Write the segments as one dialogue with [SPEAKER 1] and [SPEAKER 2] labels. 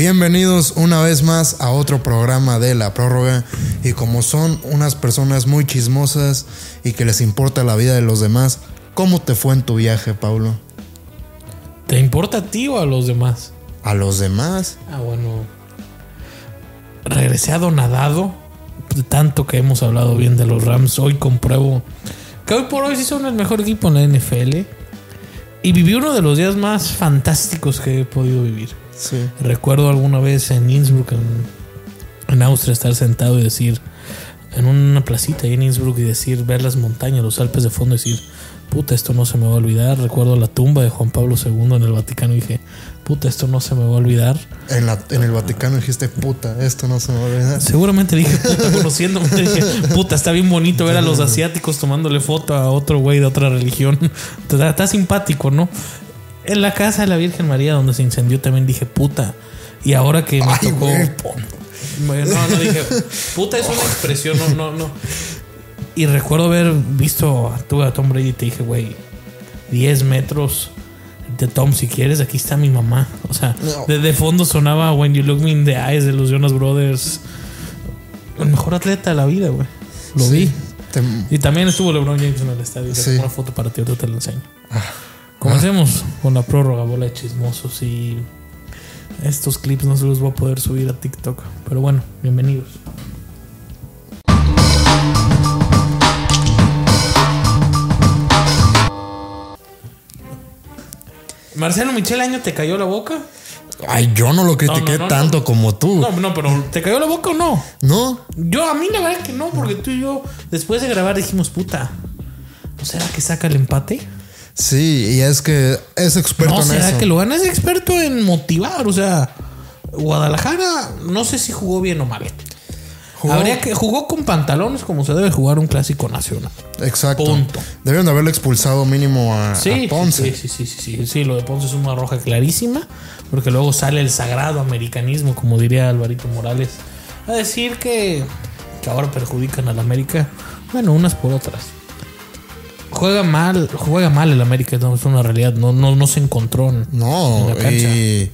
[SPEAKER 1] Bienvenidos una vez más a otro programa de La Prórroga. Y como son unas personas muy chismosas y que les importa la vida de los demás, ¿cómo te fue en tu viaje, Paulo?
[SPEAKER 2] ¿Te importa a ti o a los demás?
[SPEAKER 1] ¿A los demás?
[SPEAKER 2] Ah, bueno. Regresé a Donadado. Tanto que hemos hablado bien de los Rams. Hoy compruebo que hoy por hoy sí son el mejor equipo en la NFL. Y viví uno de los días más fantásticos que he podido vivir.
[SPEAKER 1] Sí.
[SPEAKER 2] Recuerdo alguna vez en Innsbruck, en, en Austria, estar sentado y decir, en una placita ahí en Innsbruck y decir, ver las montañas, los Alpes de fondo, y decir, puta, esto no se me va a olvidar. Recuerdo la tumba de Juan Pablo II en el Vaticano y dije, puta, esto no se me va a olvidar.
[SPEAKER 1] En, la, en el Vaticano dijiste, puta, esto no se me va a olvidar.
[SPEAKER 2] Seguramente dije, puta, conociéndome, dije, puta, está bien bonito ver a los asiáticos tomándole foto a otro güey de otra religión. Está, está simpático, ¿no? En la casa de la Virgen María, donde se incendió, también dije, puta. Y ahora que me
[SPEAKER 1] Ay,
[SPEAKER 2] tocó.
[SPEAKER 1] güey.
[SPEAKER 2] Bueno, no, no dije, puta, es una expresión, no, no, no. Y recuerdo haber visto a, tú, a Tom Brady y te dije, güey, 10 metros de Tom, si quieres, aquí está mi mamá. O sea,
[SPEAKER 1] No.
[SPEAKER 2] de, de fondo sonaba When You Look Me in the Eyes de los Jonas Brothers. El mejor atleta de la vida, güey. Lo vi.
[SPEAKER 1] Te-
[SPEAKER 2] Y también estuvo LeBron James en el estadio.
[SPEAKER 1] Sí.
[SPEAKER 2] Tengo una foto para ti, ahorita te la enseño. Comencemos con la prórroga, bola de chismosos. Y estos clips no se los voy a poder subir a TikTok. Pero bueno, bienvenidos. Marcelo Michel Año, ¿te cayó la boca?
[SPEAKER 1] Ay, yo no lo critiqué
[SPEAKER 2] no, no.
[SPEAKER 1] tanto como tú.
[SPEAKER 2] No, no, pero ¿te cayó la boca o no?
[SPEAKER 1] ¿No?
[SPEAKER 2] Yo, a mí la verdad que no, porque tú y yo, después de grabar, dijimos, puta, ¿no será que saca el empate?
[SPEAKER 1] Sí, y es que es experto
[SPEAKER 2] No,
[SPEAKER 1] en
[SPEAKER 2] será
[SPEAKER 1] eso.
[SPEAKER 2] que lo gana es experto en motivar. O sea, Guadalajara no sé si jugó bien o mal.
[SPEAKER 1] Jugó-
[SPEAKER 2] Habría que jugó con pantalones como se debe jugar un clásico nacional.
[SPEAKER 1] Exacto.
[SPEAKER 2] Punto.
[SPEAKER 1] Debieron de haberle expulsado mínimo a,
[SPEAKER 2] Sí,
[SPEAKER 1] a Ponce.
[SPEAKER 2] sí, sí, sí, sí, sí, sí, lo de Ponce es una roja clarísima, porque luego sale el sagrado americanismo, como diría Alvarito Morales, a decir que, que ahora perjudican al América, bueno, unas por otras. Juega mal, juega mal el América, no, es una realidad, no, no, no se encontró. en-
[SPEAKER 1] No,
[SPEAKER 2] En la cancha.
[SPEAKER 1] y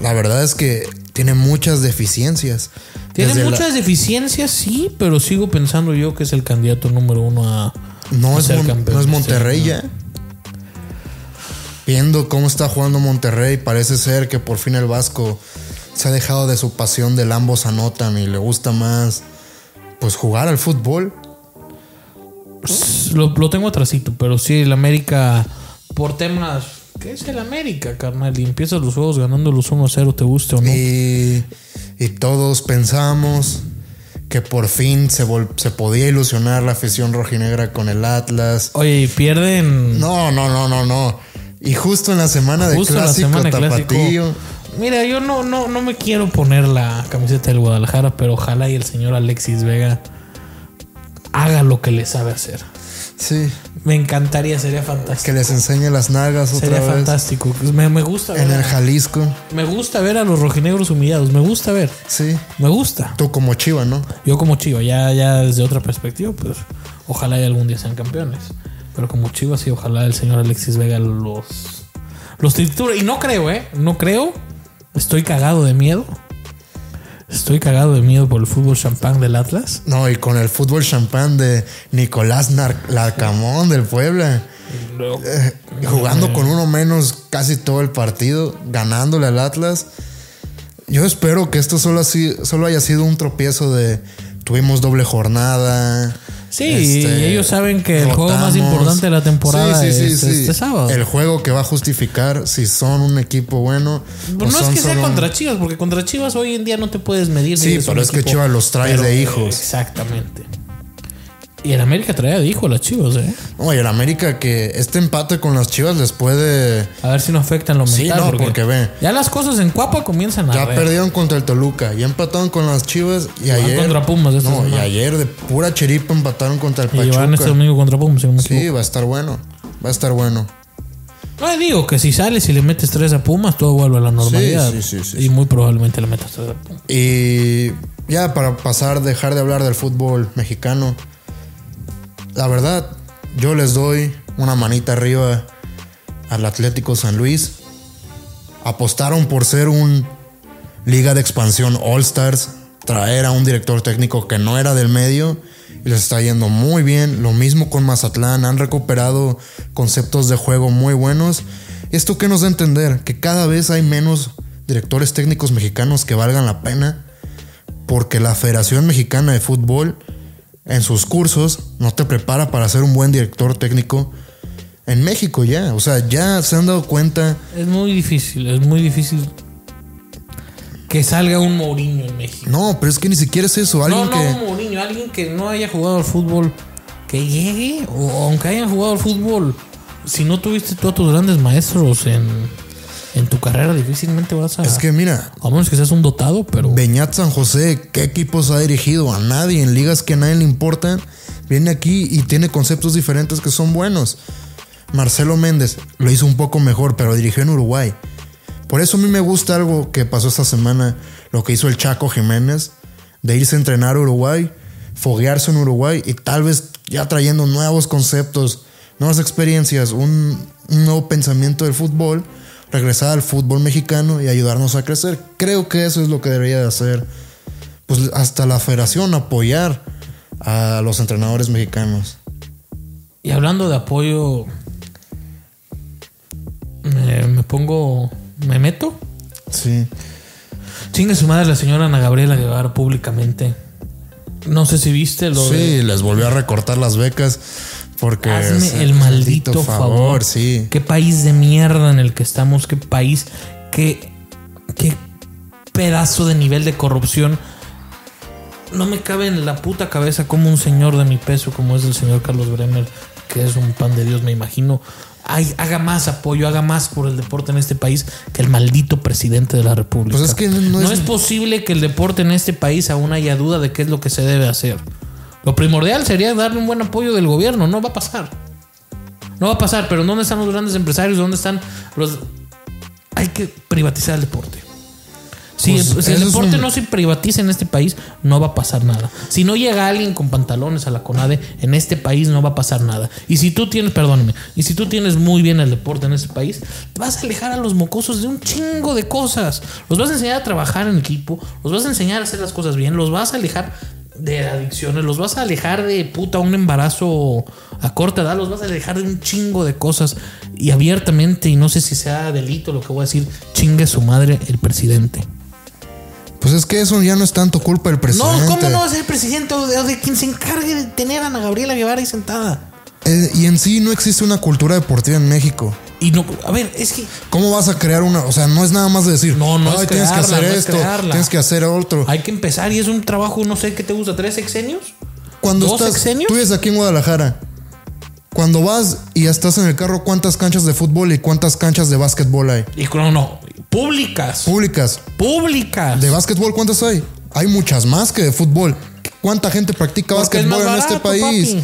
[SPEAKER 1] la verdad es que tiene muchas deficiencias.
[SPEAKER 2] Tiene
[SPEAKER 1] Desde la-
[SPEAKER 2] muchas deficiencias, sí, pero sigo pensando yo que es el candidato número uno a.
[SPEAKER 1] no,
[SPEAKER 2] a
[SPEAKER 1] es
[SPEAKER 2] ser
[SPEAKER 1] Mon-
[SPEAKER 2] campeón.
[SPEAKER 1] no es Monterrey ya. Viendo cómo está jugando Monterrey, parece ser que por fin el Vasco se ha dejado de su pasión del ambos anotan y le gusta más pues jugar al fútbol.
[SPEAKER 2] Sí, Lo, lo tengo atrasito, pero sí, el América, por temas. ¿Qué es el América, carnal? Y empiezas los juegos ganando los 1 a 0, ¿te guste o no?
[SPEAKER 1] Y, y todos pensamos que por fin se, vol- se podía ilusionar la afición rojinegra con el Atlas.
[SPEAKER 2] Oye, y pierden.
[SPEAKER 1] No, no, no, no, no. Y justo en la semana de
[SPEAKER 2] Justo en la
[SPEAKER 1] clásico
[SPEAKER 2] semana de
[SPEAKER 1] tapatío.
[SPEAKER 2] clásico. Mira, yo no, no, no me quiero poner la camiseta del Guadalajara, pero ojalá y el señor Alexis Vega haga lo que le sabe hacer.
[SPEAKER 1] Sí.
[SPEAKER 2] Me encantaría, sería fantástico.
[SPEAKER 1] Que les enseñe las nalgas otra
[SPEAKER 2] Sería
[SPEAKER 1] vez.
[SPEAKER 2] fantástico. Me, me gusta ver.
[SPEAKER 1] En el
[SPEAKER 2] a-
[SPEAKER 1] Jalisco.
[SPEAKER 2] Me gusta ver a los rojinegros humillados. Me gusta ver.
[SPEAKER 1] Sí.
[SPEAKER 2] Me gusta.
[SPEAKER 1] Tú como chiva, ¿no?
[SPEAKER 2] Yo como Chiva, ya, ya desde otra perspectiva, pues ojalá y algún día sean campeones. Pero como Chivas sí, ojalá el señor Alexis Vega los, los triture. Y no creo, ¿eh? No creo. Estoy cagado de miedo. Estoy cagado de miedo por el fútbol champán del Atlas.
[SPEAKER 1] No, y con el fútbol champán de Nicolás Nar- Larcamón del Puebla. Eh, jugando con uno menos casi todo el partido, ganándole al Atlas. Yo espero que esto solo, así, solo haya sido un tropiezo de tuvimos doble jornada. este,
[SPEAKER 2] Sí, y ellos saben que el juego más importante de la temporada es este sábado.
[SPEAKER 1] El juego que va a justificar si son un equipo bueno. o
[SPEAKER 2] Pero Pues no
[SPEAKER 1] pues
[SPEAKER 2] es
[SPEAKER 1] son
[SPEAKER 2] que sea
[SPEAKER 1] solo un-
[SPEAKER 2] contra Chivas, porque contra Chivas hoy en día no te puedes medir.
[SPEAKER 1] Sí,
[SPEAKER 2] eres
[SPEAKER 1] pero
[SPEAKER 2] un eh,
[SPEAKER 1] es que Chivas los trae de hijos.
[SPEAKER 2] Exactamente. Y el América trae de hijos a las Chivas, ¿eh?
[SPEAKER 1] No, y el América que este empate con las Chivas les puede.
[SPEAKER 2] A ver si no afectan lo
[SPEAKER 1] Sí,
[SPEAKER 2] mental.
[SPEAKER 1] no, porque ve.
[SPEAKER 2] Ya las cosas en Cuapa comienzan a.
[SPEAKER 1] Ya
[SPEAKER 2] arder.
[SPEAKER 1] perdieron contra el Toluca, ya empataron con las Chivas y ayer.
[SPEAKER 2] contra Pumas esta
[SPEAKER 1] No, y
[SPEAKER 2] semana.
[SPEAKER 1] ayer de pura chiripa empataron contra el
[SPEAKER 2] Y van este
[SPEAKER 1] Pachuca.
[SPEAKER 2] domingo contra Pumas. si no me
[SPEAKER 1] Sí, va a estar bueno. Va a estar bueno.
[SPEAKER 2] equivoco. No, digo que si sales y le metes tres a Pumas, todo vuelve a la normalidad.
[SPEAKER 1] sí, sí, sí,
[SPEAKER 2] y muy probablemente le metas tres a Pumas.
[SPEAKER 1] Y ya para pasar, dejar de hablar del fútbol mexicano. La verdad, yo les doy una manita arriba al Atlético San Luis. Apostaron por ser un Liga de Expansión All Stars, traer a un director técnico que no era del medio y les está yendo muy bien. Lo mismo con Mazatlán, han recuperado conceptos de juego muy buenos. Esto que nos da a entender que cada vez hay menos directores técnicos mexicanos que valgan la pena porque la Federación Mexicana de Fútbol en sus cursos no te prepara para ser un buen director técnico en México ya. O sea, ya se han dado cuenta.
[SPEAKER 2] Es muy difícil, es muy difícil que salga un Mourinho en México.
[SPEAKER 1] No, pero es que ni siquiera es eso. Alguien
[SPEAKER 2] no, no,
[SPEAKER 1] que.
[SPEAKER 2] un Mourinho, alguien que no haya jugado al fútbol, que llegue, o aunque hayan jugado al fútbol, si no tuviste tú a tus grandes maestros en, en tu carrera, difícilmente vas a.
[SPEAKER 1] Es que mira,
[SPEAKER 2] A menos que seas un dotado, pero.
[SPEAKER 1] Beñat San José, ¿qué equipos ha dirigido? A nadie, en ligas que a nadie le importan. Viene aquí y tiene conceptos diferentes que son buenos. Marcelo Méndez lo hizo un poco mejor, pero dirigió en Uruguay. Por eso a mí me gusta algo que pasó esta semana, lo que hizo el Chaco Jiménez, de irse a entrenar a Uruguay, foguearse en Uruguay y tal vez ya trayendo nuevos conceptos, nuevas experiencias, un, un nuevo pensamiento del fútbol, regresar al fútbol mexicano y ayudarnos a crecer. Creo que eso es lo que debería de hacer, pues hasta la federación, apoyar a los entrenadores mexicanos.
[SPEAKER 2] Y hablando de apoyo. Me, me pongo. Me meto.
[SPEAKER 1] Sí.
[SPEAKER 2] Chingue su madre la señora Ana Gabriela Guevara públicamente. No sé si viste lo de.
[SPEAKER 1] Sí, les volvió a recortar las becas porque...
[SPEAKER 2] Hazme el maldito favor.
[SPEAKER 1] Sí.
[SPEAKER 2] Qué país de mierda en el que estamos. Qué país. Qué. Qué pedazo de nivel de corrupción. No me cabe en la puta cabeza como un señor de mi peso, como es el señor Carlos Bremer, que es un pan de Dios, me imagino. ay, haga más apoyo, haga más por el deporte en este país que el maldito presidente de la República.
[SPEAKER 1] Pues es que no- no es-
[SPEAKER 2] es posible que el deporte en este país aún haya duda de qué es lo que se debe hacer. Lo primordial sería darle un buen apoyo del gobierno. No va a pasar. No va a pasar, pero ¿dónde están los grandes empresarios? ¿Dónde están los...? Hay que privatizar el deporte. Si,
[SPEAKER 1] Pues,
[SPEAKER 2] si
[SPEAKER 1] eso
[SPEAKER 2] el
[SPEAKER 1] es
[SPEAKER 2] deporte
[SPEAKER 1] un-
[SPEAKER 2] no se privatiza en este país, no va a pasar nada. Si no llega alguien con pantalones a la CONADE, en este país no va a pasar nada. Y si tú tienes, perdóneme, y si tú tienes muy bien el deporte en este país, te vas a alejar a los mocosos de un chingo de cosas. Los vas a enseñar a trabajar en equipo, los vas a enseñar a hacer las cosas bien, los vas a alejar de adicciones, los vas a alejar de puta un embarazo a corta edad, los vas a alejar de un chingo de cosas y abiertamente, y no sé si sea delito lo que voy a decir, chingue su madre el presidente.
[SPEAKER 1] Pues es que eso ya no es tanto culpa del presidente.
[SPEAKER 2] No, ¿cómo no va a ser el presidente o de, o de quien se encargue de tener a Ana Gabriela Guevara ahí sentada?
[SPEAKER 1] Eh, y en sí no existe una cultura deportiva en México.
[SPEAKER 2] Y no, a ver, es que
[SPEAKER 1] ¿Cómo vas a crear una? O sea, no es nada más de decir,
[SPEAKER 2] No, no
[SPEAKER 1] "Ay,
[SPEAKER 2] es
[SPEAKER 1] tienes que
[SPEAKER 2] crearla,
[SPEAKER 1] hacer
[SPEAKER 2] no es
[SPEAKER 1] esto,
[SPEAKER 2] crearla".
[SPEAKER 1] tienes que hacer otro.
[SPEAKER 2] hay que empezar y es un trabajo, no sé qué te gusta, tres sexenios.
[SPEAKER 1] Cuando
[SPEAKER 2] ¿dos
[SPEAKER 1] estás,
[SPEAKER 2] sexenios?
[SPEAKER 1] tú vives aquí en Guadalajara. Cuando vas y estás en el carro, ¿cuántas canchas de fútbol y cuántas canchas de básquetbol hay?
[SPEAKER 2] Y no, no, públicas,
[SPEAKER 1] Públicas.
[SPEAKER 2] públicas.
[SPEAKER 1] ¿De básquetbol cuántas hay? Hay muchas más que de fútbol. ¿Cuánta gente practica
[SPEAKER 2] Porque es
[SPEAKER 1] básquetbol
[SPEAKER 2] más
[SPEAKER 1] en este
[SPEAKER 2] barato,
[SPEAKER 1] país?
[SPEAKER 2] papi.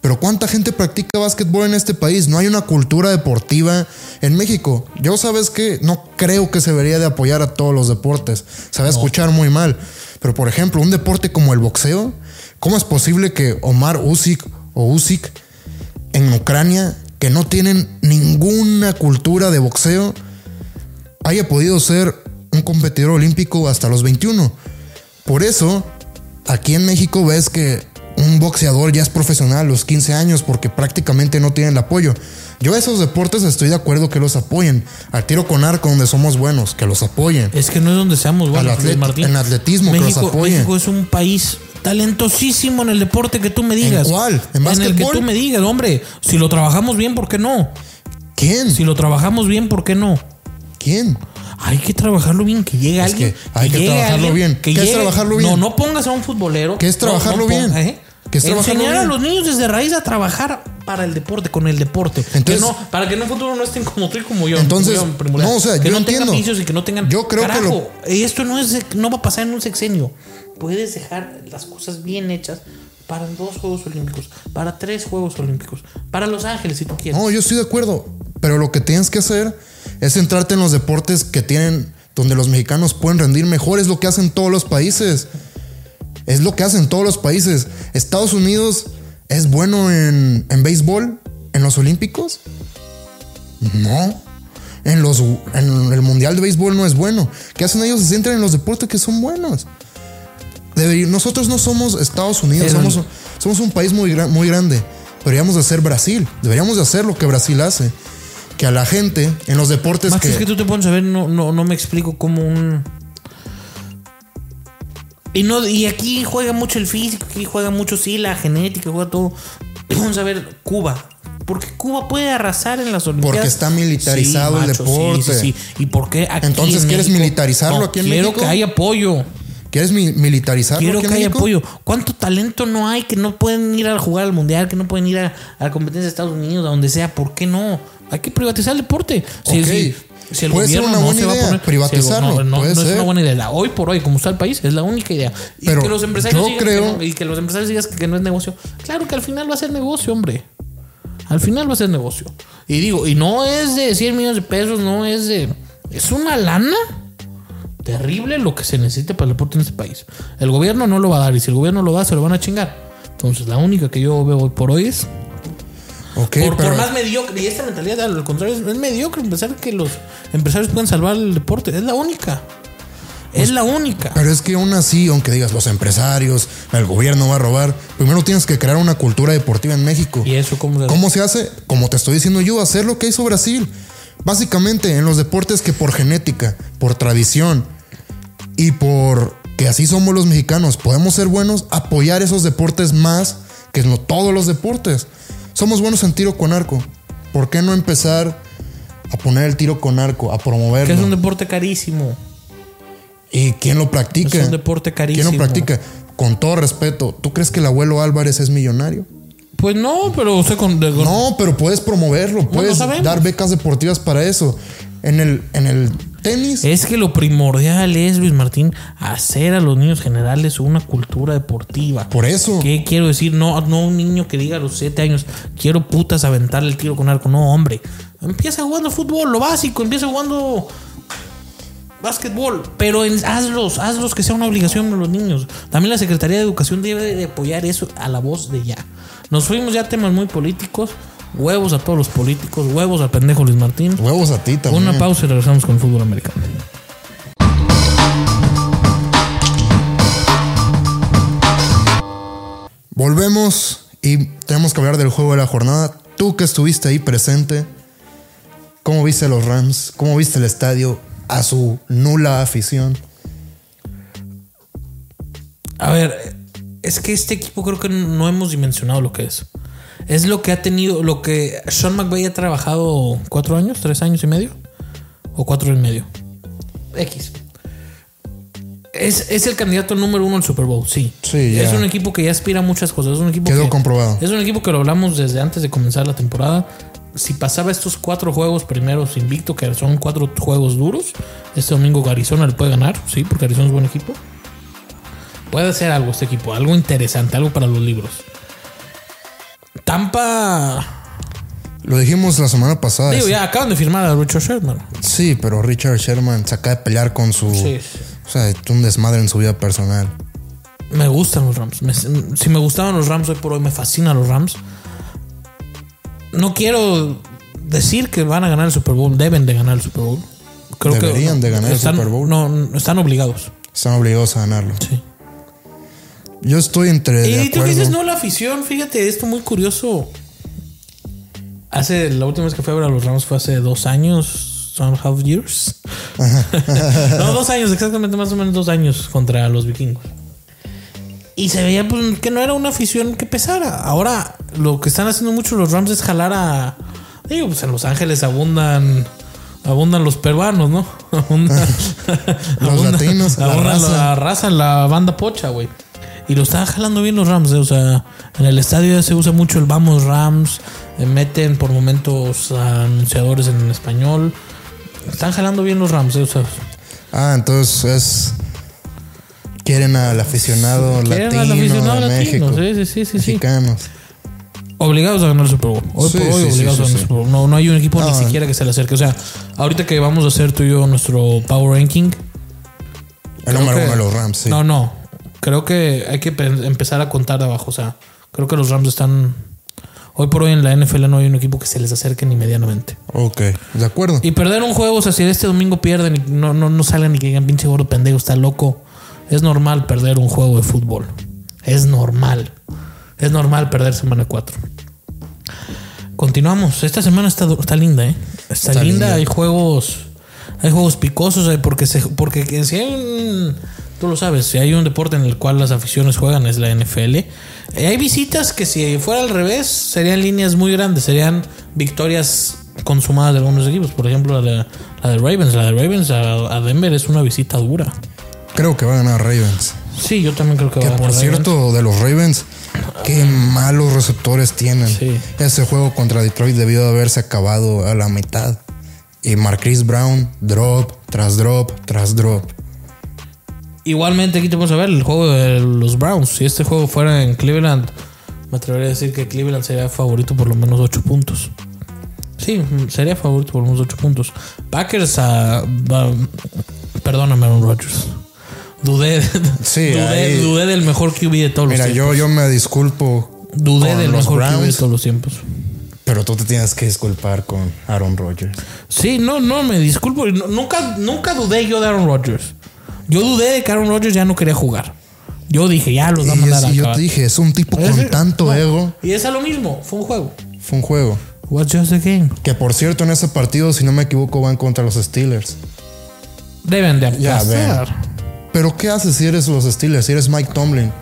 [SPEAKER 1] Pero ¿cuánta gente practica básquetbol en este país? No hay una cultura deportiva en México. Yo sabes que no creo que se debería de apoyar a todos los deportes. Se va a escuchar muy mal. Pero por ejemplo, un deporte como el boxeo, ¿cómo es posible que Omar Usyk o Usyk en Ucrania, que no tienen ninguna cultura de boxeo, haya podido ser un competidor olímpico hasta los 21? Por eso, aquí en México ves que un boxeador ya es profesional a los 15 años porque prácticamente no tiene el apoyo. Yo esos deportes estoy de acuerdo que los apoyen. Al tiro con arco donde somos buenos, que los apoyen.
[SPEAKER 2] Es que no es donde seamos buenos,
[SPEAKER 1] Al atlet-
[SPEAKER 2] Luis Martín.
[SPEAKER 1] en atletismo que los
[SPEAKER 2] México,
[SPEAKER 1] apoye.
[SPEAKER 2] México es un país talentosísimo en el deporte que tú me digas.
[SPEAKER 1] cuál? ¿En
[SPEAKER 2] el que
[SPEAKER 1] básquetbol?
[SPEAKER 2] tú me digas, hombre. Si lo trabajamos bien, ¿por qué no?
[SPEAKER 1] ¿Quién?
[SPEAKER 2] Si lo trabajamos bien, ¿por qué no?
[SPEAKER 1] ¿Quién?
[SPEAKER 2] Hay que trabajarlo bien, que llegue
[SPEAKER 1] Es
[SPEAKER 2] alguien.
[SPEAKER 1] que hay que
[SPEAKER 2] llegue
[SPEAKER 1] trabajarlo
[SPEAKER 2] alguien,
[SPEAKER 1] bien. ¿Qué es
[SPEAKER 2] llegue-
[SPEAKER 1] trabajarlo bien?
[SPEAKER 2] No, no pongas a un futbolero.
[SPEAKER 1] ¿Qué es
[SPEAKER 2] No,
[SPEAKER 1] trabajarlo bien?
[SPEAKER 2] ponga- ¿eh?
[SPEAKER 1] ¿Qué es trabajarlo
[SPEAKER 2] Enseñar a
[SPEAKER 1] bien?
[SPEAKER 2] los niños desde raíz a trabajar para el deporte, con el deporte. Que
[SPEAKER 1] Entonces-
[SPEAKER 2] no- para que en un futuro no estén como tú y como yo.
[SPEAKER 1] Entonces,
[SPEAKER 2] como yo, primordial.
[SPEAKER 1] no, o sea,
[SPEAKER 2] que
[SPEAKER 1] yo
[SPEAKER 2] no
[SPEAKER 1] entiendo.
[SPEAKER 2] tengan vicios y que no tengan.
[SPEAKER 1] Yo creo que
[SPEAKER 2] Carajo, Esto no, es, no va a pasar en un sexenio. Puedes dejar las cosas bien hechas para dos Juegos Olímpicos, para tres Juegos Olímpicos, para Los Ángeles, si tú quieres.
[SPEAKER 1] No, yo estoy de acuerdo. Pero lo que tienes que hacer es centrarte en los deportes que tienen, donde los mexicanos pueden rendir mejor. Es lo que hacen todos los países. Es lo que hacen todos los países. Estados Unidos es bueno en, en béisbol, en los Olímpicos. No. en, los, en el Mundial de Béisbol no es bueno. ¿Qué hacen ellos? Se centran en los deportes que son buenos. Debe- nosotros no somos Estados Unidos,
[SPEAKER 2] Pero-
[SPEAKER 1] somos, somos un país muy, gra- muy grande. Deberíamos de ser Brasil. Deberíamos de hacer lo que Brasil hace. Que a la gente en los deportes
[SPEAKER 2] Max,
[SPEAKER 1] que...
[SPEAKER 2] es que tú te pones a ver, no, no, no me explico cómo un. Y, no, y aquí juega mucho el físico, aquí juega mucho, sí, la genética, juega todo. Vamos a ver Cuba. Porque Cuba puede arrasar en las Olimpiadas.
[SPEAKER 1] está militarizado el
[SPEAKER 2] sí,
[SPEAKER 1] deporte.
[SPEAKER 2] Sí, sí, ¿Y por qué aquí
[SPEAKER 1] Entonces,
[SPEAKER 2] en
[SPEAKER 1] ¿quieres
[SPEAKER 2] México?
[SPEAKER 1] militarizarlo aquí en
[SPEAKER 2] quiero
[SPEAKER 1] México?
[SPEAKER 2] que haya apoyo.
[SPEAKER 1] ¿Quieres mi- militarizarlo
[SPEAKER 2] Quiero
[SPEAKER 1] aquí
[SPEAKER 2] que
[SPEAKER 1] en
[SPEAKER 2] haya
[SPEAKER 1] México?
[SPEAKER 2] apoyo. ¿Cuánto talento no hay que no pueden ir a jugar al mundial, que no pueden ir a, a la competencia de Estados Unidos, a donde sea? ¿Por qué no? Hay que privatizar el deporte. Si,
[SPEAKER 1] Ok.
[SPEAKER 2] si- si el
[SPEAKER 1] Puede ser
[SPEAKER 2] gobierno
[SPEAKER 1] una
[SPEAKER 2] no
[SPEAKER 1] buena
[SPEAKER 2] se va a
[SPEAKER 1] idea,
[SPEAKER 2] poner- si el-
[SPEAKER 1] privatizarlo,
[SPEAKER 2] no, no,
[SPEAKER 1] puede
[SPEAKER 2] no es
[SPEAKER 1] ser.
[SPEAKER 2] una buena idea. La- Hoy por hoy, como está el país, es la única idea. Y
[SPEAKER 1] Pero
[SPEAKER 2] que los empresarios
[SPEAKER 1] yo
[SPEAKER 2] digan que
[SPEAKER 1] creo-
[SPEAKER 2] no- y que los empresarios digan que no es negocio. Claro que al final va a ser negocio, hombre. Al final va a ser negocio. Y digo, y no es de 100 millones de pesos, no es de. Es una lana terrible lo que se necesita para el deporte en este país. El gobierno no lo va a dar y si el gobierno lo da, se lo van a chingar. Entonces, la única que yo veo hoy por hoy es.
[SPEAKER 1] Ok,
[SPEAKER 2] por, por
[SPEAKER 1] pero-
[SPEAKER 2] más mediocre, y esta mentalidad, al contrario, es, es mediocre pensar que los empresarios pueden salvar el deporte. Es la única. Es la única.
[SPEAKER 1] Pero es que aún así, aunque digas los empresarios, el gobierno va a robar, primero tienes que crear una cultura deportiva en México.
[SPEAKER 2] ¿Y eso cómo se hace?
[SPEAKER 1] ¿Cómo se hace? Como te estoy diciendo yo, hacer lo que hizo Brasil. Básicamente en los deportes que por genética, por tradición y por que así somos los mexicanos, podemos ser buenos, apoyar esos deportes más que no todos los deportes. Somos buenos en tiro con arco. ¿Por qué no empezar a poner el tiro con arco, a
[SPEAKER 2] Que es un
[SPEAKER 1] promoverlo?
[SPEAKER 2] deporte carísimo.
[SPEAKER 1] ¿Y quién lo practica?
[SPEAKER 2] Es un deporte
[SPEAKER 1] ¿Quién
[SPEAKER 2] carísimo.
[SPEAKER 1] lo practica? Con todo respeto, ¿tú crees que el abuelo Álvarez es millonario?
[SPEAKER 2] Pues no, pero usted con. de- con-
[SPEAKER 1] No, pero puedes promoverlo, puedes
[SPEAKER 2] sabemos.
[SPEAKER 1] dar becas deportivas para eso. En el, en el tenis,
[SPEAKER 2] Es que lo primordial es, Luis Martín, hacer a los niños generales una cultura deportiva.
[SPEAKER 1] por eso.
[SPEAKER 2] ¿Qué quiero decir? No, no un niño que diga a los 7 años, quiero putas aventarle el tiro con arco. No, hombre. Empieza jugando fútbol, lo básico. Empieza jugando básquetbol. Pero en- hazlos, hazlos que sea una obligación de los niños. También la Secretaría de Educación debe de apoyar eso a la voz de ya. Nos fuimos ya a temas muy políticos. Huevos a todos los políticos. Huevos al pendejo Luis Martín.
[SPEAKER 1] Huevos a ti también.
[SPEAKER 2] Una pausa y regresamos con el fútbol americano.
[SPEAKER 1] Volvemos y tenemos que hablar del juego de la jornada. Tú que estuviste ahí presente, ¿cómo viste los Rams? ¿Cómo viste el estadio a su nula afición?
[SPEAKER 2] A ver, es que este equipo creo que no hemos dimensionado lo que es. Es lo que ha tenido, lo que Sean McVay ha trabajado cuatro años, tres años y medio, o cuatro y medio. X. Es, es el candidato número uno al Super Bowl, sí.
[SPEAKER 1] Sí, ya.
[SPEAKER 2] Es un equipo que ya aspira a muchas cosas. Es un equipo
[SPEAKER 1] Quedó
[SPEAKER 2] que-
[SPEAKER 1] comprobado.
[SPEAKER 2] Es un equipo que lo hablamos desde antes de comenzar la temporada. Si pasaba estos cuatro juegos primeros invicto, que son cuatro juegos duros, este domingo Arizona le puede ganar, sí, porque Arizona es buen equipo. Puede ser algo este equipo, algo interesante, algo para los libros. Tampa.
[SPEAKER 1] Lo dijimos la semana pasada.
[SPEAKER 2] Digo, ya acaban de firmar a Richard Sherman.
[SPEAKER 1] Sí, pero Richard Sherman se acaba de pelear con su...
[SPEAKER 2] Sí, sí.
[SPEAKER 1] O sea, un desmadre en su vida personal.
[SPEAKER 2] Me gustan los Rams. Me- si me gustaban los Rams hoy por hoy, me fascinan los Rams. No quiero decir que van a ganar el Super Bowl. Deben de ganar el Super Bowl. Creo
[SPEAKER 1] Deberían de ganar el
[SPEAKER 2] están-
[SPEAKER 1] Super Bowl.
[SPEAKER 2] No, no, están obligados.
[SPEAKER 1] Están obligados a ganarlo.
[SPEAKER 2] Sí.
[SPEAKER 1] Yo estoy entre. de
[SPEAKER 2] Y tú
[SPEAKER 1] acuerdo.
[SPEAKER 2] dices, no, la afición, fíjate, esto muy curioso. Hace, la última vez que fui a ver a los Rams fue hace dos años, son half years. no, dos años, exactamente más o menos dos años contra los vikingos. Y se veía pues, que no era una afición que pesara. Ahora lo que están haciendo mucho los Rams es jalar a... Digo, pues en Los Ángeles abundan... Abundan los peruanos, ¿no? Abundan, abundan-
[SPEAKER 1] latinos, la
[SPEAKER 2] abundan
[SPEAKER 1] raza.
[SPEAKER 2] la raza, la banda pocha, güey. Y lo están jalando bien los Rams, eh, o sea, en el estadio ya se usa mucho el vamos Rams, eh, meten por momentos a anunciadores en español. Están jalando bien los Rams, eh, o sea,
[SPEAKER 1] Ah, entonces es. Quieren al aficionado
[SPEAKER 2] quieren
[SPEAKER 1] latino
[SPEAKER 2] al aficionado
[SPEAKER 1] de
[SPEAKER 2] latino,
[SPEAKER 1] México.
[SPEAKER 2] sí, sí, sí, sí, sí.
[SPEAKER 1] Mexicanos.
[SPEAKER 2] Obligados a ganar el Super Bowl. Hoy
[SPEAKER 1] Sí,
[SPEAKER 2] por hoy,
[SPEAKER 1] sí, sí,
[SPEAKER 2] obligados a
[SPEAKER 1] sí,
[SPEAKER 2] ganar el
[SPEAKER 1] sí.
[SPEAKER 2] Super Bowl. No, no hay un equipo
[SPEAKER 1] No.
[SPEAKER 2] ni siquiera que se le acerque. O sea, ahorita que vamos a hacer tú y yo nuestro Power Ranking,
[SPEAKER 1] El
[SPEAKER 2] Creo
[SPEAKER 1] número
[SPEAKER 2] que-
[SPEAKER 1] uno de los Rams, sí.
[SPEAKER 2] No, no. Creo que hay que pe- empezar a contar de abajo. O sea, creo que los Rams están. Hoy por hoy en la NFL no hay un equipo que se les acerque ni medianamente.
[SPEAKER 1] Ok, de acuerdo.
[SPEAKER 2] Y perder un juego, o sea, si este domingo pierden, y no, no, no salgan y que digan pinche gordo pendejo, está loco. Es normal perder un juego de fútbol. Es normal. Es normal perder semana 4. Continuamos. Esta semana está, du- está linda, ¿eh? Está,
[SPEAKER 1] Está
[SPEAKER 2] linda.
[SPEAKER 1] linda.
[SPEAKER 2] Hay juegos. Hay juegos picosos, ¿eh? porque, se, porque que si hay un. Tú lo sabes, si hay un deporte en el cual las aficiones juegan es la NFL. Eh, hay visitas que si fuera al revés serían líneas muy grandes, serían victorias consumadas de algunos equipos. Por ejemplo, la de, la de Ravens. La de Ravens a, a Denver es una visita dura.
[SPEAKER 1] Creo que va a ganar Ravens.
[SPEAKER 2] Sí, yo también creo que, va
[SPEAKER 1] Que
[SPEAKER 2] a
[SPEAKER 1] por
[SPEAKER 2] ganar
[SPEAKER 1] cierto, de los Ravens, qué malos receptores tienen.
[SPEAKER 2] Sí.
[SPEAKER 1] Ese juego contra Detroit debió de haberse acabado a la mitad. Y Marquise Brown, drop tras drop tras drop.
[SPEAKER 2] Igualmente aquí te vamos a ver el juego de los Browns. Si este juego fuera en Cleveland, me atrevería a decir que Cleveland sería favorito por lo menos 8 puntos. Sí, sería favorito por lo menos 8 puntos. Packers a... a- perdóname, Aaron Rodgers. Dudé,
[SPEAKER 1] Sí,
[SPEAKER 2] dudé,
[SPEAKER 1] ahí-
[SPEAKER 2] dudé del mejor QB de todos
[SPEAKER 1] Mira,
[SPEAKER 2] los
[SPEAKER 1] yo,
[SPEAKER 2] tiempos.
[SPEAKER 1] yo me disculpo.
[SPEAKER 2] dudé
[SPEAKER 1] con
[SPEAKER 2] del
[SPEAKER 1] los
[SPEAKER 2] mejor QB de
[SPEAKER 1] Browns.
[SPEAKER 2] todos los tiempos.
[SPEAKER 1] Pero tú te tienes que disculpar con Aaron Rodgers.
[SPEAKER 2] Sí, no, no, me disculpo. No- nunca, nunca dudé yo de Aaron Rodgers. Yo dudé de que Aaron Rodgers ya no quería jugar. Yo dije, ya los va a
[SPEAKER 1] Y,
[SPEAKER 2] mandar
[SPEAKER 1] es-
[SPEAKER 2] a
[SPEAKER 1] y yo
[SPEAKER 2] acabar.
[SPEAKER 1] te dije, es un tipo
[SPEAKER 2] Ese-
[SPEAKER 1] con tanto
[SPEAKER 2] no,
[SPEAKER 1] ego.
[SPEAKER 2] Y es a lo mismo, fue un juego.
[SPEAKER 1] Fue un juego.
[SPEAKER 2] What's just a game?
[SPEAKER 1] Que por cierto, en ese partido, si no me equivoco, van contra los Steelers.
[SPEAKER 2] Deben de
[SPEAKER 1] Ya,
[SPEAKER 2] apostar.
[SPEAKER 1] Pero ¿qué haces si eres los Steelers? Si eres Mike Tomlin.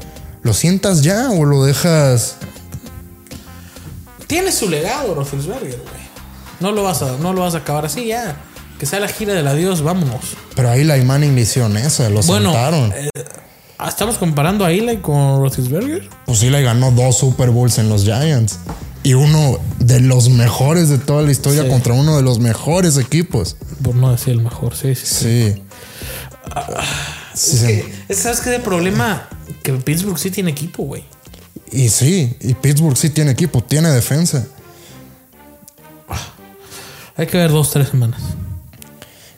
[SPEAKER 1] ¿Lo sientas ya o lo dejas?
[SPEAKER 2] Tiene su legado, Roethlisberger, güey. No lo vas a, no lo vas a acabar así ya. Que sea la gira del adiós, vámonos.
[SPEAKER 1] Pero ahí la Manning le hicieron eso, lo
[SPEAKER 2] Bueno, eh,
[SPEAKER 1] sentaron.
[SPEAKER 2] Estamos comparando a Eli con Roethlisberger.
[SPEAKER 1] Pues sí, le ganó dos Super Bowls en los Giants. Y uno de los mejores de toda la historia
[SPEAKER 2] Sí.
[SPEAKER 1] contra uno de los mejores equipos.
[SPEAKER 2] Por no decir el mejor, sí, sí.
[SPEAKER 1] Sí. Sí,
[SPEAKER 2] Es
[SPEAKER 1] se-
[SPEAKER 2] que- es- ¿Sabes qué de problema? Que Pittsburgh sí tiene equipo, güey.
[SPEAKER 1] Y sí, y Pittsburgh sí tiene equipo, tiene defensa.
[SPEAKER 2] Hay que ver dos, tres semanas.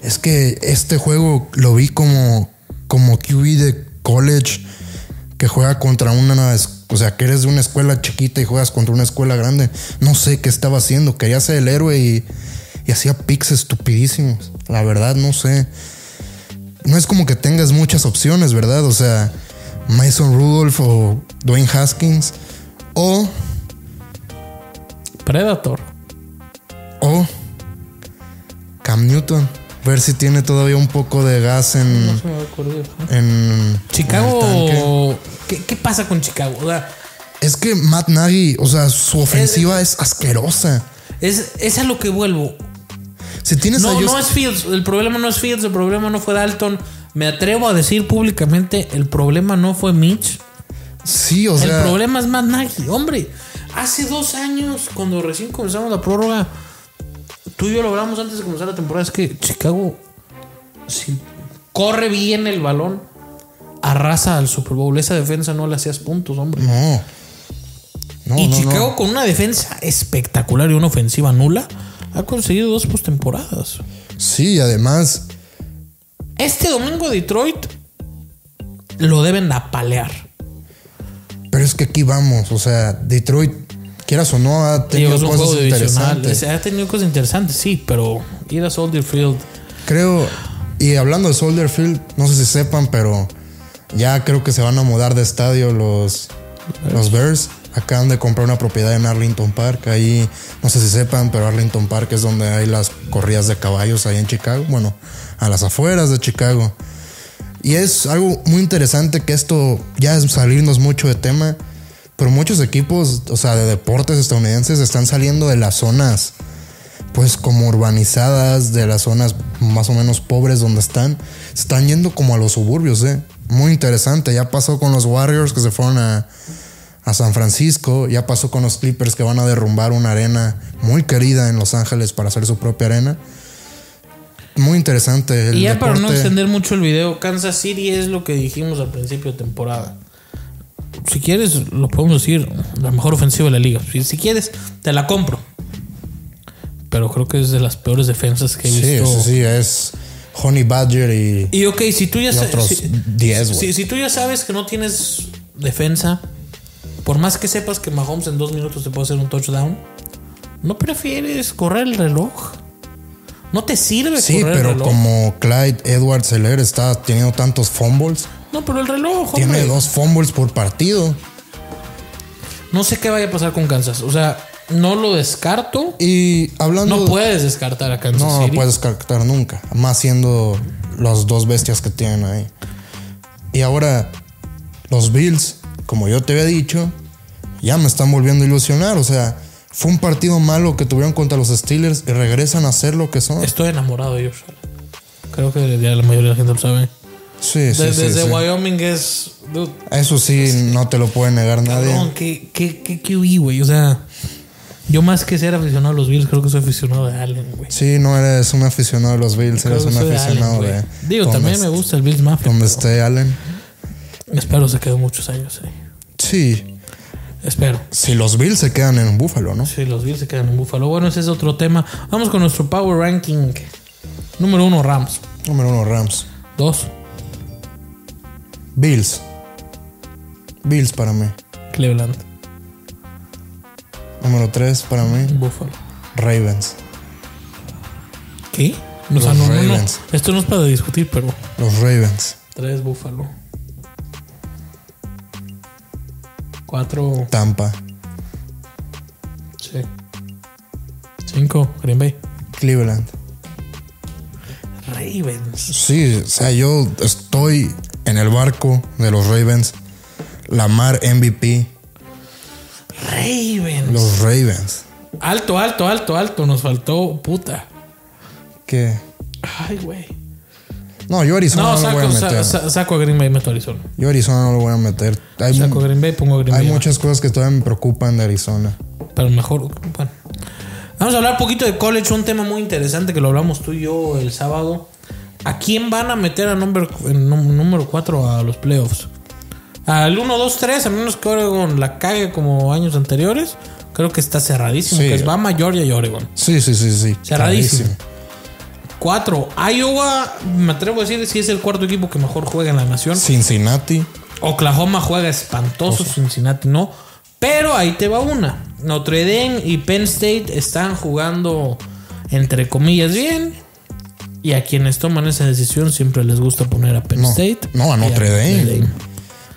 [SPEAKER 1] Es que este juego lo vi como, como QB de college que juega contra una. es- O sea, que eres de una escuela chiquita y juegas contra una escuela grande. No sé qué estaba haciendo. Quería ser el héroe y, y hacía picks estupidísimos. La verdad, no sé. No es como que tengas muchas opciones, ¿verdad? O sea, Mason Rudolph o Dwayne Haskins. O.
[SPEAKER 2] Predator.
[SPEAKER 1] O. Cam Newton. Ver si tiene todavía un poco de gas en.
[SPEAKER 2] No se me había ocurrido.
[SPEAKER 1] en en el tanque.
[SPEAKER 2] Chicago. ¿Qué, ¿Qué pasa con Chicago? O sea,
[SPEAKER 1] Es que Matt Nagy, o sea, su ofensiva es, asquerosa.
[SPEAKER 2] es, es a lo que vuelvo.
[SPEAKER 1] Si tienes a
[SPEAKER 2] No,
[SPEAKER 1] ellos-
[SPEAKER 2] no es Fields. El problema no es Fields. El problema no fue Dalton. Me atrevo a decir públicamente: el problema no fue Mitch.
[SPEAKER 1] sí, o
[SPEAKER 2] el
[SPEAKER 1] sea,
[SPEAKER 2] problema es Matt Nagy. Hombre, hace dos años, cuando recién comenzamos la prórroga, tú y yo lo hablamos antes de comenzar la temporada. Es que Chicago, si corre bien el balón, arrasa al Super Bowl. Esa defensa no le hacías puntos, hombre.
[SPEAKER 1] no. No,
[SPEAKER 2] y
[SPEAKER 1] no, no.
[SPEAKER 2] Chicago, con una defensa espectacular y una ofensiva nula, ha conseguido dos postemporadas.
[SPEAKER 1] Sí, además,
[SPEAKER 2] Este domingo Detroit lo deben apalear.
[SPEAKER 1] pero es que aquí vamos, o sea, Detroit, quieras o no, ha
[SPEAKER 2] Digo,
[SPEAKER 1] tenido
[SPEAKER 2] es un
[SPEAKER 1] cosas
[SPEAKER 2] juego divisional.
[SPEAKER 1] interesantes.
[SPEAKER 2] O sea, Ha tenido cosas interesantes, sí, pero ir a Soldier Field.
[SPEAKER 1] Creo, y hablando de Soldier Field, no sé si sepan, pero ya creo que se van a mudar de estadio los, los Bears. Acaban de comprar una propiedad en Arlington Park. Ahí, no sé si sepan, pero Arlington Park es donde hay las corridas de caballos ahí en Chicago. Bueno, a las afueras de Chicago. Y es algo muy interesante que esto ya es salirnos mucho de tema. Pero muchos equipos, o sea, de deportes estadounidenses están saliendo de las zonas pues como urbanizadas de las zonas más o menos pobres donde están, se están yendo como a los suburbios, ¿eh? Muy interesante. Ya pasó con los Warriors que se fueron a, a San Francisco, ya pasó con los Clippers que van a derrumbar una arena muy querida en Los Ángeles para hacer su propia arena. Muy interesante. El
[SPEAKER 2] y ya para no
[SPEAKER 1] deporte.
[SPEAKER 2] extender mucho el video, Kansas City es lo que dijimos al principio de temporada. Si quieres, lo podemos decir, la mejor ofensiva de la liga. Si, si quieres, te la compro. Pero creo que es de las peores defensas que he
[SPEAKER 1] Sí,
[SPEAKER 2] visto.
[SPEAKER 1] sí, sí, es Honey Badger y,
[SPEAKER 2] Y ok, si tú ya
[SPEAKER 1] y
[SPEAKER 2] sa-
[SPEAKER 1] otros
[SPEAKER 2] si-
[SPEAKER 1] 10, güey.
[SPEAKER 2] Si, si tú ya sabes que no tienes defensa, por más que sepas que Mahomes en dos minutos te puede hacer un touchdown, ¿no prefieres correr el reloj? No te sirve
[SPEAKER 1] Sí,
[SPEAKER 2] correr el
[SPEAKER 1] pero
[SPEAKER 2] reloj.
[SPEAKER 1] como Clyde Edwards Seller está teniendo tantos fumbles,
[SPEAKER 2] No, pero el reloj,
[SPEAKER 1] tiene
[SPEAKER 2] hombre.
[SPEAKER 1] dos fumbles por partido.
[SPEAKER 2] No sé qué vaya a pasar con Kansas. O sea, no lo descarto.
[SPEAKER 1] Y hablando.
[SPEAKER 2] No puedes descartar a Kansas
[SPEAKER 1] No, pues,
[SPEAKER 2] City.
[SPEAKER 1] no puedes descartar nunca. Más siendo las dos bestias que tienen ahí. Y ahora, los Bills, como yo te había dicho, ya me están volviendo a ilusionar. O sea, fue un partido malo que tuvieron contra los Steelers y regresan a ser lo que son.
[SPEAKER 2] Estoy enamorado de Josh Allen. Creo que ya la mayoría de la gente lo sabe.
[SPEAKER 1] Sí, sí,
[SPEAKER 2] De-
[SPEAKER 1] sí,
[SPEAKER 2] desde
[SPEAKER 1] sí.
[SPEAKER 2] Wyoming es. dude,
[SPEAKER 1] Eso sí, no te lo puede negar nadie.
[SPEAKER 2] Cabrón, qué, qué, qué QB, güey. O sea, yo más que ser aficionado a los Bills, creo que soy aficionado de Allen, güey.
[SPEAKER 1] Sí, no eres un aficionado de los Bills,
[SPEAKER 2] Creo
[SPEAKER 1] eres
[SPEAKER 2] que
[SPEAKER 1] un
[SPEAKER 2] soy de Allen,
[SPEAKER 1] aficionado
[SPEAKER 2] güey.
[SPEAKER 1] de.
[SPEAKER 2] Digo,
[SPEAKER 1] donde
[SPEAKER 2] también
[SPEAKER 1] est-
[SPEAKER 2] me gusta el Bills Mafia.
[SPEAKER 1] Donde
[SPEAKER 2] pero
[SPEAKER 1] esté Allen.
[SPEAKER 2] Espero se quede muchos años ahí.
[SPEAKER 1] Sí,
[SPEAKER 2] Espero.
[SPEAKER 1] si los Bills se quedan en Búfalo, ¿no?
[SPEAKER 2] Sí, los Bills se quedan en Buffalo. Bueno, ese es otro tema. Vamos con nuestro Power Ranking. Número uno, Rams.
[SPEAKER 1] Número uno, Rams.
[SPEAKER 2] Dos,
[SPEAKER 1] Bills. Bills para mí.
[SPEAKER 2] Cleveland.
[SPEAKER 1] Número 3 para mí.
[SPEAKER 2] Buffalo.
[SPEAKER 1] Ravens.
[SPEAKER 2] ¿Qué? No, o sea,
[SPEAKER 1] Los
[SPEAKER 2] no, no, no.
[SPEAKER 1] Ravens.
[SPEAKER 2] Esto no es para discutir, pero
[SPEAKER 1] Los Ravens.
[SPEAKER 2] tres Buffalo. Cuatro,
[SPEAKER 1] Tampa.
[SPEAKER 2] sí. Cinco, Green Bay.
[SPEAKER 1] Cleveland.
[SPEAKER 2] Ravens.
[SPEAKER 1] Sí, o sea, yo estoy en el barco de los Ravens. Lamar MVP.
[SPEAKER 2] Ravens.
[SPEAKER 1] Los Ravens.
[SPEAKER 2] Alto, alto, alto, alto. Nos faltó puta.
[SPEAKER 1] ¿Qué?
[SPEAKER 2] Ay, güey.
[SPEAKER 1] No, yo Arizona no,
[SPEAKER 2] No,
[SPEAKER 1] lo voy a
[SPEAKER 2] saco, sa-
[SPEAKER 1] meter. Mm.
[SPEAKER 2] sa- saco a Green Bay y meto a Arizona.
[SPEAKER 1] Yo Arizona no lo voy a meter. Hay, mu-
[SPEAKER 2] Saco a Green Bay pongo a Green
[SPEAKER 1] hay
[SPEAKER 2] Bay.
[SPEAKER 1] muchas cosas que todavía me preocupan de Arizona.
[SPEAKER 2] Pero mejor, bueno. Vamos a hablar un poquito de college, un tema muy interesante que lo hablamos tú y yo el sábado. ¿A quién van a meter a número, en nú- número 4 a los playoffs? Al 1, 2, 3, a menos que Oregon la cague como años anteriores. Creo que está cerradísimo.
[SPEAKER 1] Sí.
[SPEAKER 2] Que es Bama, Georgia y Oregon.
[SPEAKER 1] Sí, sí, sí, sí.
[SPEAKER 2] Cerradísimo.
[SPEAKER 1] Clarísimo.
[SPEAKER 2] 4. Iowa, me atrevo a decir, si es el cuarto equipo que mejor juega en la nación.
[SPEAKER 1] Cincinnati.
[SPEAKER 2] Oklahoma juega espantoso, Cincinnati no. Pero ahí te va una. Notre Dame y Penn State están jugando entre comillas bien. Y a quienes toman esa decisión siempre les gusta poner a Penn
[SPEAKER 1] No,
[SPEAKER 2] State.
[SPEAKER 1] no, a
[SPEAKER 2] y
[SPEAKER 1] Notre Dame.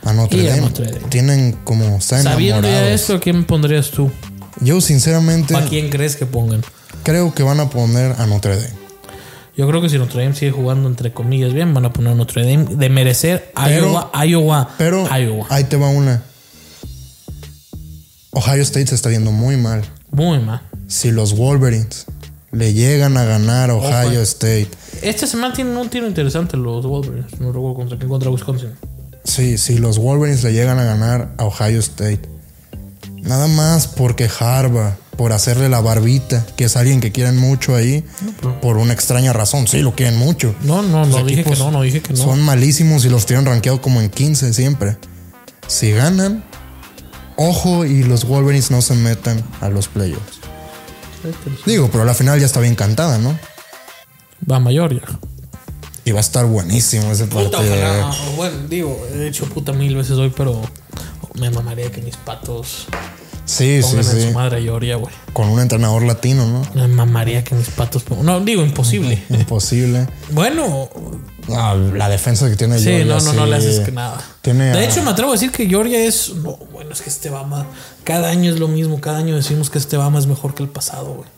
[SPEAKER 1] A Notre
[SPEAKER 2] Y a
[SPEAKER 1] Dame.
[SPEAKER 2] Notre Dame.
[SPEAKER 1] Tienen como. Están
[SPEAKER 2] Sabiendo ya
[SPEAKER 1] enamorados.
[SPEAKER 2] esto, ¿a quién pondrías tú?
[SPEAKER 1] Yo sinceramente
[SPEAKER 2] ¿O ¿A quién crees que pongan?
[SPEAKER 1] creo que van a poner a Notre Dame.
[SPEAKER 2] Yo creo que si Notre Dame sigue jugando entre comillas bien, van a poner a Notre Dame de merecer
[SPEAKER 1] Pero-
[SPEAKER 2] Iowa, Iowa,
[SPEAKER 1] Pero
[SPEAKER 2] Iowa.
[SPEAKER 1] ahí te va una. Ohio State se está viendo muy mal.
[SPEAKER 2] Muy mal.
[SPEAKER 1] Si los Wolverines le llegan a ganar a Ohio State,
[SPEAKER 2] Esta semana tienen un tiro interesante los Wolverines. No recuerdo contra quién, contra Wisconsin.
[SPEAKER 1] sí, si los Wolverines le llegan a ganar a Ohio State, nada más porque Harvard, por hacerle la barbita, que es alguien que quieren mucho ahí, por una extraña razón, sí, lo quieren mucho.
[SPEAKER 2] No, no, no dije que
[SPEAKER 1] equipos
[SPEAKER 2] no, no dije que no.
[SPEAKER 1] Son malísimos y los tienen rankeado como en 15 siempre. Si ganan, ojo y los Wolverines no se metan a los playoffs. Digo, pero la final ya está bien cantada, ¿no?
[SPEAKER 2] Va a Mayor ya.
[SPEAKER 1] Y va a estar buenísimo ese partido.
[SPEAKER 2] Bueno, digo, he hecho puta mil veces hoy, pero me mamaría que mis patos
[SPEAKER 1] Sí, sí,
[SPEAKER 2] pongan a su
[SPEAKER 1] sí.
[SPEAKER 2] madre a Georgia, güey.
[SPEAKER 1] Con un entrenador latino, ¿no?
[SPEAKER 2] Me mamaría que mis patos. pon- No, digo, imposible.
[SPEAKER 1] Imposible.
[SPEAKER 2] Bueno,
[SPEAKER 1] No, la defensa que tiene
[SPEAKER 2] sí,
[SPEAKER 1] Georgia,
[SPEAKER 2] no, no, no
[SPEAKER 1] sí.
[SPEAKER 2] le haces que nada.
[SPEAKER 1] Tiene a-
[SPEAKER 2] De hecho, me atrevo a decir que Georgia es. No, bueno, es que este Bama. Cada año es lo mismo. Cada año decimos que este Bama es mejor que el pasado, güey.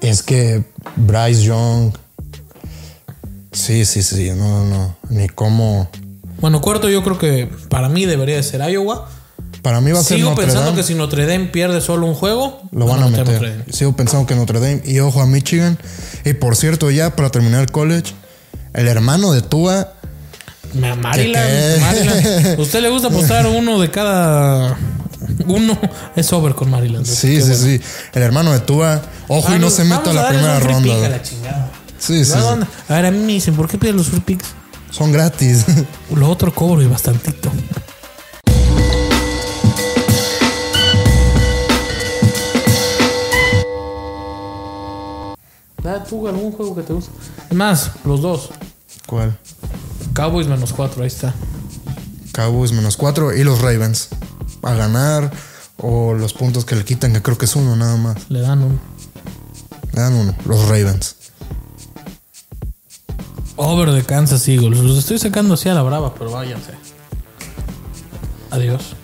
[SPEAKER 1] Es que Bryce Young. Sí, sí, sí. No, no, no. Ni cómo.
[SPEAKER 2] Bueno, cuarto, yo creo que para mí debería de ser Iowa.
[SPEAKER 1] Para mí va a ser
[SPEAKER 2] Sigo
[SPEAKER 1] Notre
[SPEAKER 2] pensando
[SPEAKER 1] Dame.
[SPEAKER 2] que si Notre Dame pierde solo un juego,
[SPEAKER 1] Lo van a
[SPEAKER 2] meter
[SPEAKER 1] meter.
[SPEAKER 2] Notre Dame.
[SPEAKER 1] Sigo pensando que Notre Dame y ojo a Michigan. Y por cierto, ya para terminar el college, el hermano de Tua,
[SPEAKER 2] Ma-
[SPEAKER 1] ¿Qué,
[SPEAKER 2] Maryland,
[SPEAKER 1] qué?
[SPEAKER 2] Maryland. ¿Usted le gusta apostar uno de cada uno? Es over con Maryland.
[SPEAKER 1] sí,
[SPEAKER 2] Qué
[SPEAKER 1] sí,
[SPEAKER 2] bueno.
[SPEAKER 1] sí. El hermano de Tua, ojo y no
[SPEAKER 2] Vamos-
[SPEAKER 1] se meta a
[SPEAKER 2] vamos
[SPEAKER 1] la
[SPEAKER 2] darles
[SPEAKER 1] primera
[SPEAKER 2] un free
[SPEAKER 1] ronda.
[SPEAKER 2] pick a
[SPEAKER 1] güey.
[SPEAKER 2] la chingada.
[SPEAKER 1] Sí, sí,
[SPEAKER 2] Luego,
[SPEAKER 1] sí.
[SPEAKER 2] anda- A ver, a mí me dicen, ¿por qué piden los free picks?
[SPEAKER 1] Son gratis.
[SPEAKER 2] Lo otro cobro y bastantito. Da tú algún juego que te guste. Es más, los dos.
[SPEAKER 1] ¿Cuál?
[SPEAKER 2] Cowboys menos cuatro, ahí está.
[SPEAKER 1] Cowboys menos cuatro y los Ravens. a ganar o los puntos que le quitan, que creo que es uno nada más.
[SPEAKER 2] Le dan un.
[SPEAKER 1] Le dan uno, los Ravens.
[SPEAKER 2] Over de Kansas Eagles. Los estoy sacando así a la brava, pero váyanse. Adiós.